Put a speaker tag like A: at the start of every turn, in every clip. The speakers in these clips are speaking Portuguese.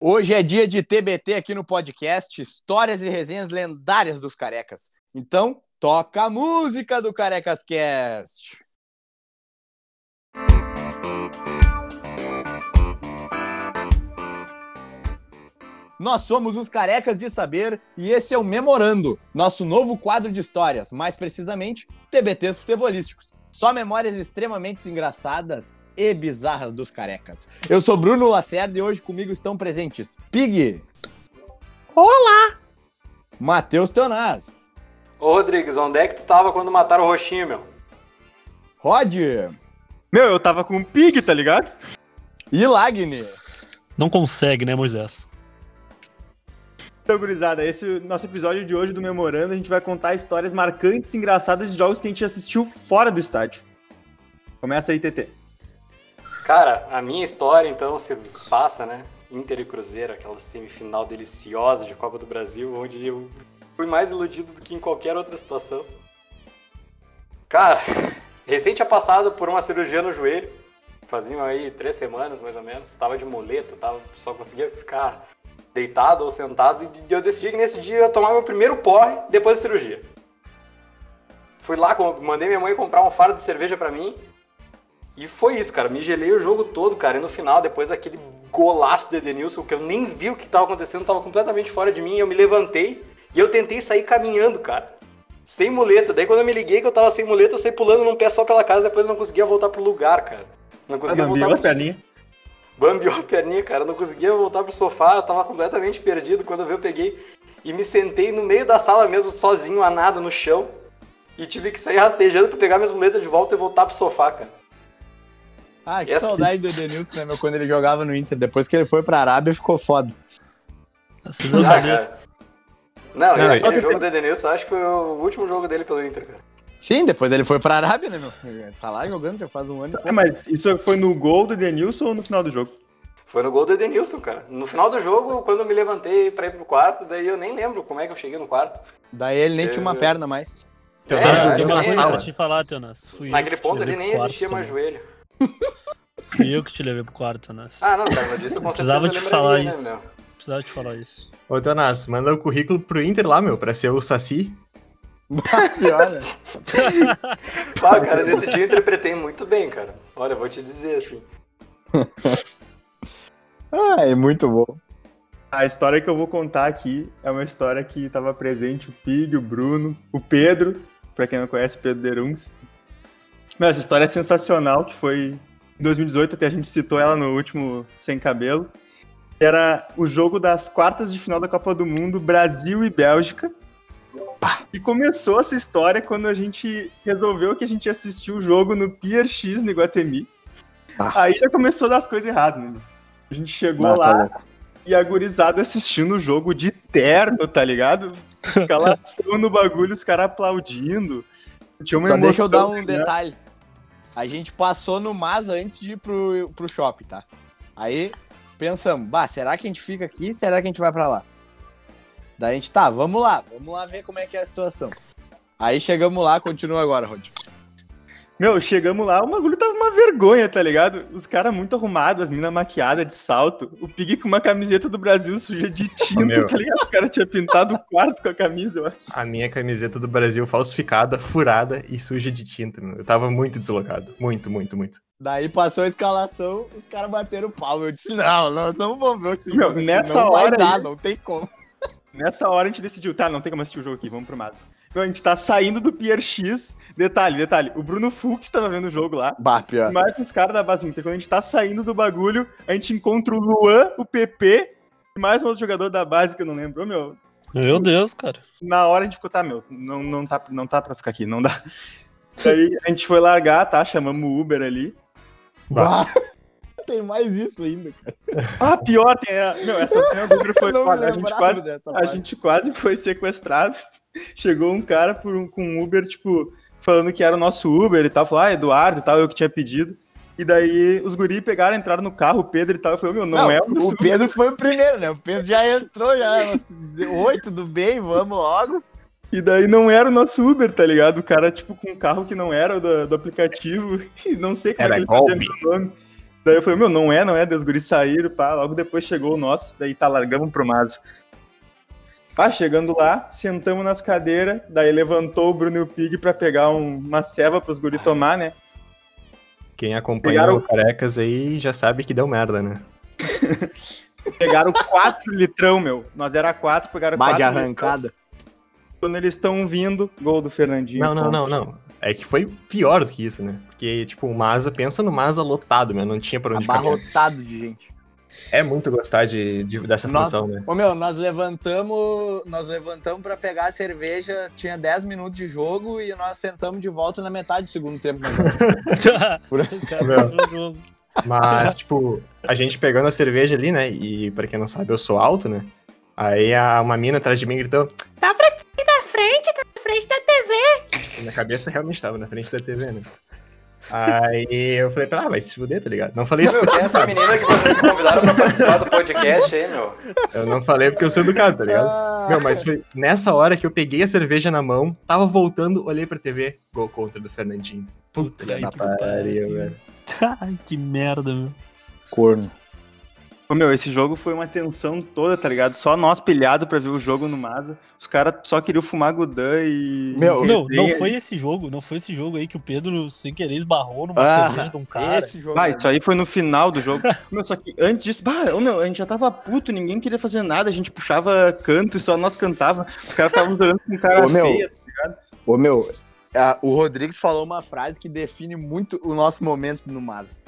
A: Hoje é dia de TBT aqui no podcast Histórias e Resenhas Lendárias dos Carecas. Então, toca a música do Carecas Cast. Nós somos os Carecas de Saber e esse é o Memorando, nosso novo quadro de histórias, mais precisamente, TBTs futebolísticos. Só memórias extremamente engraçadas e bizarras dos carecas. Eu sou Bruno Lacerda e hoje comigo estão presentes Pig.
B: Olá!
A: Matheus Tonaz.
C: Ô Rodrigues, onde é que tu tava quando mataram o Roxinho, meu?
A: Rod.
D: Meu, eu tava com um pig, tá ligado?
A: E Lagne.
E: Não consegue, né, Moisés?
D: Então, gurizada, esse é o nosso episódio de hoje do Memorando, a gente vai contar histórias marcantes e engraçadas de jogos que a gente assistiu fora do estádio. Começa aí, TT.
C: Cara, a minha história então se passa, né? Inter e Cruzeiro, aquela semifinal deliciosa de Copa do Brasil, onde eu fui mais iludido do que em qualquer outra situação. Cara, recente a passado por uma cirurgia no joelho, faziam aí três semanas mais ou menos, estava de muleta, tava, só conseguia ficar deitado ou sentado, e eu decidi que nesse dia eu ia tomar meu primeiro porre depois da cirurgia. Fui lá, com- mandei minha mãe comprar um fardo de cerveja pra mim, e foi isso, cara. Me gelei o jogo todo, cara. E no final, depois daquele golaço do Edenilson, que eu nem vi o que tava acontecendo, tava completamente fora de mim, eu me levantei e eu tentei sair caminhando, cara. Sem muleta. Daí quando eu me liguei que eu tava sem muleta, eu saí pulando num pé só pela casa, depois eu não conseguia voltar pro lugar, cara. Não
D: Ah,
C: conseguia voltar pro... Bambiou a perninha, cara. Eu não conseguia voltar pro sofá, eu tava completamente perdido. Quando eu vi, eu peguei e me sentei no meio da sala mesmo, sozinho, a nada, no chão. E tive que sair rastejando pra pegar minhas muletas de volta e voltar pro sofá, cara.
A: Ah, que
C: Yes.
A: saudade do Edenilson, né, meu? Quando ele jogava no Inter. Depois que ele foi pra Arábia, ficou foda.
E: Assim,
C: Ah, cara. Não,
D: Não,
C: e aquele
D: ele-
C: jogo do Edenilson, acho que foi o último jogo dele pelo Inter, cara.
A: Sim, depois ele foi pra Arábia, né, meu? Tá lá jogando já faz um ano. e
D: É,
A: pouco.
D: mas isso foi no gol do Denilson ou no final do jogo?
C: Foi no gol do Edenilson, cara. No final do jogo, quando eu me levantei pra ir pro quarto, daí eu nem lembro como é que eu cheguei no quarto.
A: Daí ele nem
C: É,
A: tinha uma
C: é.
A: perna mais.
C: É, né?
E: Teonas,
C: acho
E: eu
C: que
E: vou
C: nem-
E: falar, te falar, Teonas. Fui eu
C: Naquele
E: que te
C: ponto
E: levei
C: ele
E: pro
C: nem
E: quarto,
C: existia mais
E: Teonas.
C: joelho.
E: Fui eu que te levei pro quarto, Teonas.
C: Ah, não, cara, mas disso eu com certeza
E: Precisava te falar
C: lembraria, né,
E: isso.
C: meu?
E: Precisava te falar isso.
F: Ô, Tonas, manda o currículo pro Inter lá, meu, pra ser o Saci.
A: Pior, né?
C: Ah, cara, nesse dia eu interpretei muito bem, cara. Olha, eu vou te dizer assim.
A: Ah, é muito bom.
D: A história que eu vou contar aqui é uma história que tava presente o Pig, o Bruno, o Pedro, pra quem não conhece, o Pedro Derungs. Meu, essa história é sensacional, que foi em 2018, até a gente citou ela no último Sem Cabelo. Era o jogo das quartas de final da Copa do Mundo, Brasil e Bélgica. E começou essa história quando a gente resolveu que a gente ia assistir o jogo no Pier X, no Iguatemi.
A: Ah.
D: Aí já começou a dar as coisas erradas, né? A gente chegou
A: Ah, tá
D: lá,
A: louco.
D: e a gurizada assistindo o jogo de terno, tá ligado? Escalação no bagulho, os caras aplaudindo. Tinha uma
A: Só deixa eu dar
D: emoção,
A: um
D: né?
A: detalhe. A gente passou no Masa antes de ir pro, pro shopping, tá? Aí pensamos, bah, será que a gente fica aqui? Será que a gente vai pra lá? Daí a gente, tá, vamos lá, vamos lá ver como é que é a situação. Aí chegamos lá, continua agora, Rod.
D: Meu, chegamos lá, o bagulho tava uma vergonha, tá ligado? Os caras muito arrumados, as minas maquiadas de salto. O Pig com uma camiseta do Brasil suja de tinta,
F: meu.
D: tá ligado? O cara tinha pintado o quarto com a camisa, eu acho.
F: A minha camiseta do Brasil falsificada, furada e suja de tinta, meu. Eu tava muito deslocado. Muito, muito, muito.
A: Daí passou a escalação, os caras bateram o pau. Eu disse, não, nós não vamos ver o que se
D: Meu, nessa
A: não
D: hora
A: vai dar,
D: aí-
A: não tem como.
D: Nessa hora a gente decidiu, tá, não tem como assistir o jogo aqui, vamos pro Maza. Meu, a gente tá saindo do Pier X. Detalhe, detalhe, o Bruno Fux tava vendo o jogo lá.
A: Bah, pior.
D: Mais uns caras da base do Inter. Quando a gente tá saindo do bagulho, a gente encontra o Luan, o PP, e mais um outro jogador da base que eu não lembro. Ô, Meu,
E: Meu Deus, cara.
D: na hora a gente ficou, tá, meu, não, não, tá, não tá pra ficar aqui, não dá. Aí a gente foi largar, tá? Chamamos o Uber ali.
A: Bah. Tem mais isso ainda. cara.
D: Ah, pior, tem a... Meu, essa cena do Uber foi
A: Eu não
D: foda. A
A: me
D: gente,
A: lembrava
D: quase,
A: dessa
D: a
A: parte.
D: gente quase foi sequestrado. Chegou um cara por um- com um Uber, tipo, falando que era o nosso Uber e tal. Falou, ah, Eduardo e tal, eu que tinha pedido. E daí os guri pegaram, entraram no carro, o Pedro e tal. Eu falei, meu, não, é o nosso
A: o Pedro foi o primeiro, né? O Pedro já entrou, já. nossa, Oi, tudo bem? Vamos logo.
D: E daí não era o nosso Uber, tá ligado? O cara, tipo, com um carro que não era do, do aplicativo. E não sei como
F: Era
D: é que ele fazia
F: golpe.
D: meu nome. Daí eu falei, meu, não é, não é, daí os guris saíram, pá, logo depois chegou o nosso, daí tá, largamos pro Maza. Pá, chegando lá, sentamos nas cadeiras, daí levantou o Bruno e o Pig pra pegar um- uma ceva pros guris tomar, né?
F: Quem acompanha
D: Pegaram-
F: o Carecas aí já sabe que deu merda, né?
D: Pegaram quatro litrão, meu. Nós era quatro, pegaram
A: Bah de
D: quatro
A: arrancada.
D: litrão. Quando eles estão vindo, gol do Fernandinho.
F: Não, não,
D: Ponto.
F: não, não. É que foi pior do que isso, né? Porque, tipo, o Maza, pensa no Maza lotado, meu, não tinha pra onde caminhar.
A: Abarrotado de gente.
F: É muito gostar de, de- dessa
A: Nossa.
F: função, né?
A: Ô meu, nós levantamos, nós levantamos para pegar a cerveja, tinha 10 minutos de jogo e nós sentamos de volta na metade do segundo tempo. mais ou menos.
E: O cara passou o jogo.
F: Mas, tipo, a gente pegando a cerveja ali, né? E pra quem não sabe, eu sou alto, né? Aí a, uma mina atrás de mim gritou,
B: Tá pra ti da frente, tá na frente da TV.
F: Minha cabeça realmente estava na frente da TV, né? Aí eu falei pra ela, ah, vai se fuder, tá ligado? Não falei isso
C: Meu,
F: porque
C: quem é essa menina que vocês convidaram pra participar do podcast aí, meu?
F: eu não falei porque eu sou educado, tá ligado?
A: Ah,
F: Meu, mas foi nessa hora que eu peguei a cerveja na mão, tava voltando, olhei pra TV, gol contra do Fernandinho. Puta
E: Puta
F: que
E: que
F: pariu,
E: pariu.
F: velho.
E: Ai, que merda, meu.
A: Corno.
D: Ô, meu, esse jogo foi uma tensão toda, tá ligado? Só nós pilhado pra ver o jogo no Maza. Os caras só queriam fumar Gudan e.
A: Meu,
E: Não, não
D: Resenha.
E: foi esse jogo, não foi esse jogo aí que o Pedro, sem querer, esbarrou numa
A: Ah,
E: cerveja de um cara.
A: Esse jogo. é
D: Ah, isso aí foi no final do jogo. meu, só que antes disso, bah, ô, meu, a gente já tava puto, ninguém queria fazer nada, a gente puxava canto e só nós cantava. Os caras ficavam jogando com cara
A: Ô, meu.
D: feia.
A: Ô meu, a- o Rodrigues falou uma frase que define muito o nosso momento no Maza.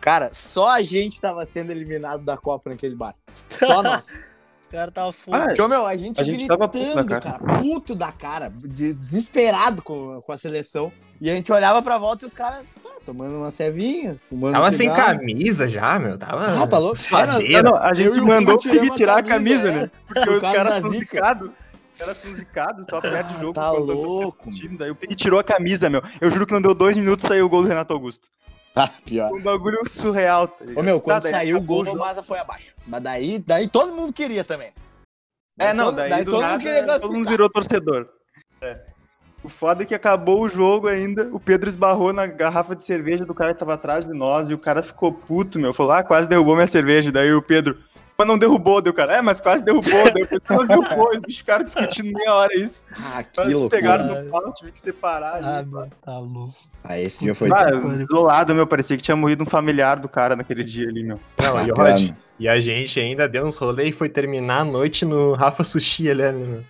A: Cara, só a gente tava sendo eliminado da Copa naquele bar. Só nós.
E: O cara tava foda.
D: Ah,
A: Porque, ô, meu, a gente,
D: A gente tava
A: gritando,
D: puto da
A: cara. puto da cara, de- desesperado com, com a seleção. E a gente olhava pra volta e os caras tá, tomando uma cevinha, fumando
F: Tava
A: um
D: assim,
F: sem
A: cigarro.
F: camisa já, meu, tava...
A: Ah, tá louco?
F: suadeira.
D: Não, não, a
A: Eu e
D: gente
A: o
D: mandou o
A: Pig tiramos
D: Pig tirar a camisa, né?
A: é.
D: Porque
A: Por
D: os
A: causa
D: caras
A: da
D: são
A: zica.
D: zicados. Os caras são zicados, só perde o
A: Ah,
D: jogo.
A: tá
D: quando eu tô
A: louco,
D: com o time, Daí o Pig tirou a camisa, meu. Eu juro que não deu dois minutos saiu o gol do Renato Augusto.
A: Ah, pior.
D: Foi um bagulho surreal. Tá ligado?
A: Ô meu, quando
D: Tá, daí
A: saiu o
D: acabou
A: gol, o
D: jogo.
A: Maza foi abaixo. Mas daí, daí todo mundo queria também.
D: É, não,
A: todo-
D: daí, do
A: todo
D: nada,
A: mundo queria
D: todo mundo
A: classificar.
D: virou torcedor. É. O foda é que acabou o jogo ainda, o Pedro esbarrou na garrafa de cerveja do cara que tava atrás de nós e o cara ficou puto, meu. Falou, ah, quase derrubou minha cerveja. Daí o Pedro, mas não derrubou, deu o cara, é, mas quase derrubou. Daí o Pedro, não derrubou, os bichos ficaram discutindo meia hora isso.
A: Ah, que
D: Eles
A: loucura.
D: pegaram no pau, tive que separar.
E: Ah,
D: Ah,
E: meu, tá louco.
A: Ah, esse dia foi.
D: ah,
E: que pariu.
D: isolado, meu, parecia que tinha morrido um familiar do cara naquele dia ali, meu.
F: Não, e,
A: bacana.
F: Rod, e a gente ainda deu uns rolê e foi terminar a noite no Rafa Sushi ali, né, meu?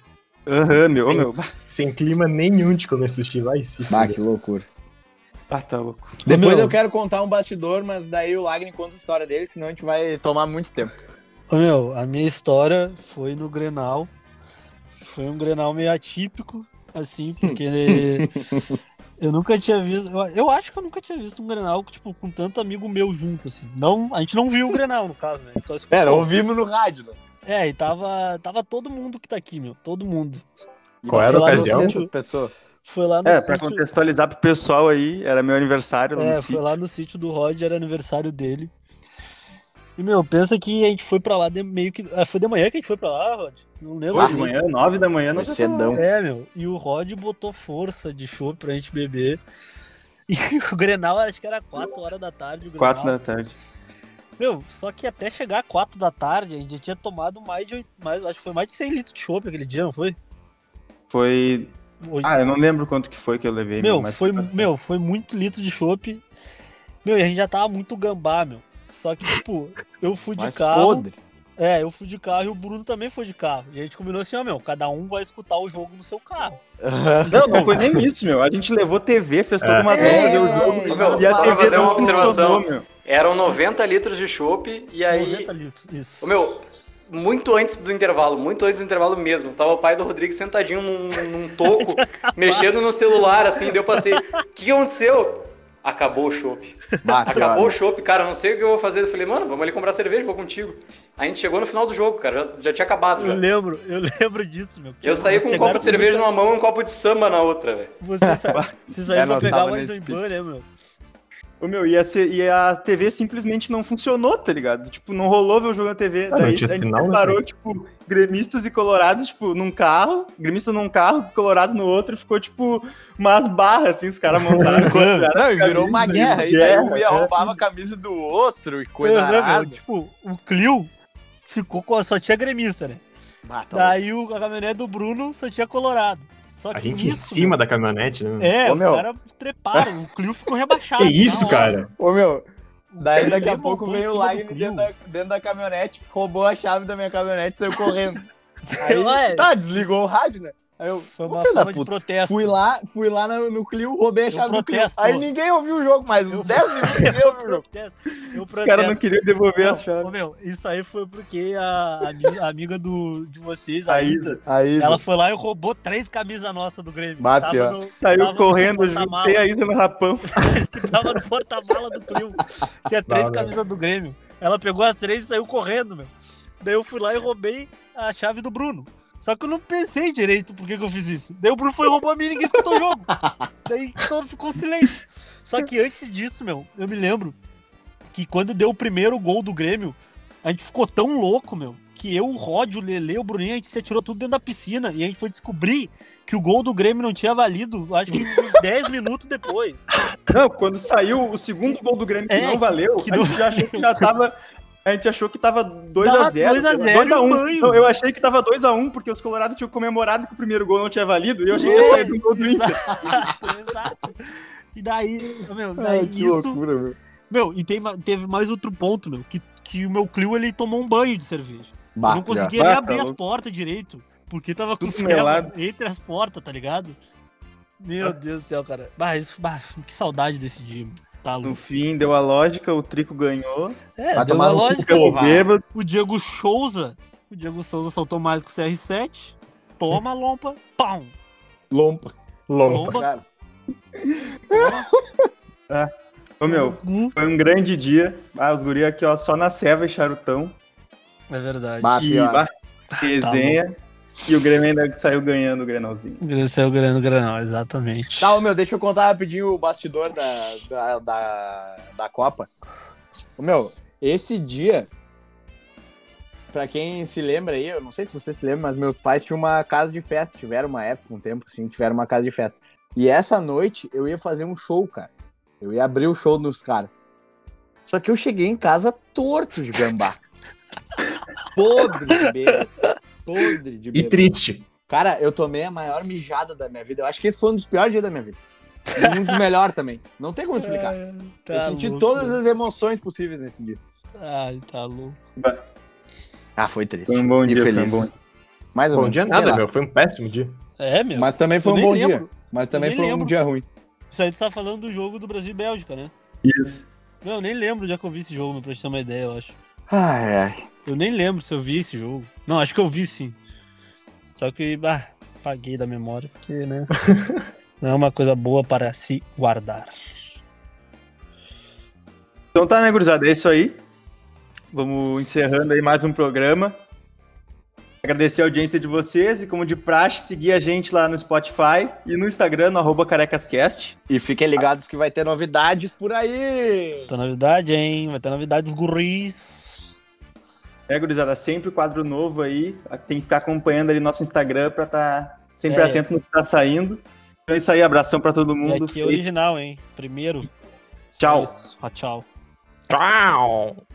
D: Aham, meu, ô, meu.
F: Sem clima nenhum de comer sushi, vai se
A: Bah,
F: fuder.
A: que loucura.
D: Ah, tá louco.
A: Depois
E: meu.
A: eu quero contar um bastidor, mas daí o Lagrin conta a história dele, senão a gente vai tomar muito tempo.
E: Ô, meu, a minha história foi no Grenal. Foi um Grenal meio atípico, assim, porque eu nunca tinha visto. Eu, eu acho que eu nunca tinha visto um Grenal, tipo, com tanto amigo meu junto, assim. Não, a gente não viu o Grenal, no caso, né? A gente Só escutou.
A: Era, É, ouvimos no rádio, né?
E: É, e tava, tava todo mundo que tá aqui, meu. Todo mundo.
F: Qual era
A: Sei
F: a
A: lá,
F: ocasião?
A: 900 pessoas.
E: Foi lá no
D: É, pra
E: sítio.
D: contextualizar pro pessoal aí, era meu aniversário no
E: É,
D: sítio.
E: foi lá no sítio do Roger, era aniversário dele. E, meu, pensa que a gente foi pra lá de- meio que. ah, Foi de manhã que a gente foi pra lá, Rod? Não lembro.
D: Hoje de manhã, 9 da manhã,
A: Foi
D: nós
A: cedão.
E: É, meu. E o Rod botou força de show pra gente beber. E o Grenal, acho que era 4 horas da tarde. O Grenal.
D: 4 da tarde.
E: Meu, só que até chegar 4 da tarde, a gente já tinha tomado mais de. oito- Mais, acho que foi mais de 100 litros de chopp aquele dia, não foi?
D: Foi.
E: Oito-
D: Ah, eu não lembro quanto que foi que eu levei.
E: Meu,
D: mas-
E: foi, meu, foi muito litro de chopp. Meu, e a gente já tava muito gambá, meu. Só que, tipo, eu fui de
A: Mas
E: carro.
A: podre.
E: É, eu fui de carro e o Bruno também foi de carro. E a gente combinou assim, ó, meu, cada um vai escutar o jogo no seu carro.
D: Não, não foi nem isso, meu. A gente levou TV, fez toda uma
A: É.
D: zona, deu o
A: É,
D: jogo.
C: é, só pra fazer
D: não
C: uma observação.
D: funcionou, meu.
C: Eram 90 litros de chopp e aí.
E: 90 litros. Isso.
C: Ô, meu, muito antes do intervalo, muito antes do intervalo mesmo. Tava o pai do Rodrigo sentadinho num, num toco, mexendo no celular, assim, deu passei. O que aconteceu? Acabou o chopp.
A: Bah, pior.
C: Acabou o chopp, cara, não sei o que eu vou fazer. Eu falei, mano, vamos ali comprar cerveja, vou contigo. A gente chegou no final do jogo, cara, já, já tinha acabado
E: Eu
C: já.
E: lembro, eu lembro disso, meu.
C: Eu saí com um
E: Vocês
C: copo de
E: chegaram
C: cerveja numa mão e um copo de samba na outra, velho.
E: Vocês sa- vocês saíram
A: É,
E: pra
A: nós
E: pegar
A: tava
E: o
A: nesse
E: Eisenbahn, né, meu?
D: Ô, meu, e a, C- e a TV simplesmente não funcionou, tá ligado? Tipo, não rolou ver o jogo na TV.
F: Ah, não
D: Daí
F: tinha
D: a gente
F: sinal, né,
D: separou, tipo, gremistas e colorados, tipo, num carro, gremista num carro, colorado no outro, e ficou, tipo, umas barras, assim, os caras montaram.
E: Aham.
A: Não, e virou uma
D: Isso,
A: guerra. E daí
D: guerra,
A: um ia
D: é.
A: roubava a camisa do outro e coisa
E: Aham, meu,
A: arada.
E: Tipo, o Clio ficou com a, só tinha gremista, né?
A: Bah, tá
E: Daí o, a caminhonete do Bruno só tinha colorado. Só
F: A
E: que
F: gente em
E: isso,
F: cima da caminhonete, né?
E: meu, É,
A: Ô,
E: os
A: meu.
E: caras treparam. O Clio ficou rebaixado.
A: É,
F: Que isso,
E: na hora.
F: cara?
A: Ô, meu, daí
E: Ele
A: daqui a
E: nem
A: pouco
E: botou em
A: veio o
E: cima do
A: Line
E: Clio.
A: dentro da, dentro da caminhonete, roubou a chave da minha caminhonete e saiu correndo. Aí,
E: Ué,
A: tá, desligou o rádio, né? Aí eu,
E: Foi
A: ô,
E: uma
A: filho da
E: forma de
A: puta,
E: protesto.
A: fui lá, fui lá no, no Clio, roubei a
E: Eu
A: chave do Clio.
E: protesto.
A: Aí ninguém ouviu o jogo mais, uns
E: Eu-
A: 10 minutos ninguém ouviu o jogo.
E: Protesto. Eu
D: Os caras não
E: protesto.
D: queriam devolver as
E: Não,
D: chaves.
E: ô, meu, isso aí foi porque a, a mi- a amiga do, de vocês, a
D: A
E: Isa,
D: Isa.
A: Aí,
E: ela foi lá e roubou três camisas nossas do Grêmio.
A: Bah,
E: Tava
A: pior.
E: no-
D: Saiu
E: tava
D: correndo,
E: no porta-mala.
D: juntei a Isa no rapão.
E: que tava no porta-mala do Clio. Tinha três
F: Não, não.
E: camisas do Grêmio. Ela pegou as três e saiu correndo, meu. Daí eu fui lá e roubei a chave do Bruno. Só que eu não pensei direito por que, que eu fiz isso. Daí o Bruno foi e roubou a minha e ninguém escutou o jogo. Daí todo ficou um silêncio. Só que antes disso, meu, eu me lembro que quando deu o primeiro gol do Grêmio, a gente ficou tão louco, meu, que eu, o Rod, o Lele, o Bruninho, a gente se atirou tudo dentro da piscina e a gente foi descobrir que o gol do Grêmio não tinha valido, acho que uns 10 minutos depois.
D: Não, quando saiu o segundo gol do Grêmio que
E: É,
D: não valeu,
E: que
D: a
E: não
D: gente já achou que já tava. A gente achou que tava 2x0.
E: Tava 2x0 e o
D: 2x1.
E: banho.
D: Não, um. Então, eu achei que tava 2x1, porque os Colorados tinham comemorado que o primeiro gol não tinha valido, e eu achei que tinha saído um gol do Inter.
E: Exato, exato. E daí, meu, daí
A: Ai, que
E: isso.
A: loucura, meu.
E: Meu, e tem ma- teve mais outro ponto, meu, que, que o meu Clio ele tomou um banho de cerveja.
A: Bah,
E: eu não
A: já.
E: conseguia
D: Ah,
E: nem
D: tá
E: abrir as
D: louco.
E: portas direito, porque tava com
D: Tudo
E: cela
D: melado. Ah.
E: entre as portas, tá ligado? Meu Deus do céu, cara. Bah, isso, bah, que saudade desse dia, meu. Tá
D: No
E: louco.
D: fim, deu a lógica, o Trico ganhou.
E: É,
A: Vai
E: deu
A: tomar
E: uma
A: no cu,
E: lógica.
D: Ficou
A: Porra.
D: bêbado.
E: O Diego Souza, o Diego Souza soltou mais com o CR7. Toma, lompa. Pão.
A: Lompa.
F: Lompa.
E: Lompa.
A: Cara,
D: Ô, meu,
E: Hum,
D: foi um grande dia. Ah, os guri aqui, ó, só na ceva e charutão.
E: É verdade.
A: Bah,
D: e
A: pior.
D: bah,
E: Tá
D: resenha. e o Grêmio ainda saiu ganhando o Grenalzinho.
E: Agradecer o Grêmio Granal, exatamente.
A: Tá, ô, meu, deixa eu contar rapidinho o bastidor da, da, da, da Copa. Ô, meu, esse dia, pra quem se lembra aí, eu não sei se você se lembra, mas meus pais tinham uma casa de festa, tiveram uma época, um tempo assim, tiveram uma casa de festa. E essa noite eu ia fazer um show, cara. Eu ia abrir o show nos caras. Só que eu cheguei em casa torto de gambá. podre de bêbado. Podre de
F: E
A: bêbado.
F: triste.
A: Cara, eu tomei a maior mijada da minha vida. Eu acho que esse foi um dos piores dias da minha vida. E um dos melhores também. Não tem como explicar.
E: É, tá
A: eu senti todas as emoções possíveis nesse dia.
E: Ai, tá louco.
A: Ah, foi triste.
D: Foi um bom
A: E
D: dia,
A: feliz.
D: foi um bom dia.
A: Mais ou
F: Bom
A: menos.
F: dia
A: sei
F: nada,
A: lá.
F: meu. Foi um péssimo dia.
E: É, meu.
A: Mas também foi
E: eu
A: um
E: nem
A: bom dia.
E: lembro.
A: Mas também
E: nem
A: foi um
E: lembro.
A: dia ruim.
E: Isso aí tu tá falando do jogo do Brasil e Bélgica, né?
D: Isso.
E: Meu, eu nem lembro onde é que eu vi esse jogo, meu, pra gente ter uma ideia, eu acho.
A: Ai, ai.
E: Eu nem lembro se eu vi esse jogo. Não, acho que eu vi sim. Só que, bah, apaguei da memória, porque, né? Não é uma coisa boa para se guardar.
D: Então tá, né, gurizada? É isso aí. Vamos encerrando aí mais um programa. Agradecer a audiência de vocês e, como de praxe, seguir a gente lá no Spotify e no Instagram, no arroba carecascast.
A: E fiquem ligados que vai ter novidades por aí.
E: Tá novidade, hein? Vai ter novidade dos guris.
D: É, gurizada, sempre quadro novo aí. Tem que ficar acompanhando ali nosso Instagram pra tá sempre
E: É.
D: atento no que tá saindo. Então é isso aí, abração pra todo
E: E
D: mundo.
E: aqui é original, hein? Primeiro.
D: Tchau.
E: Isso. Ah, tchau.
F: Tchau!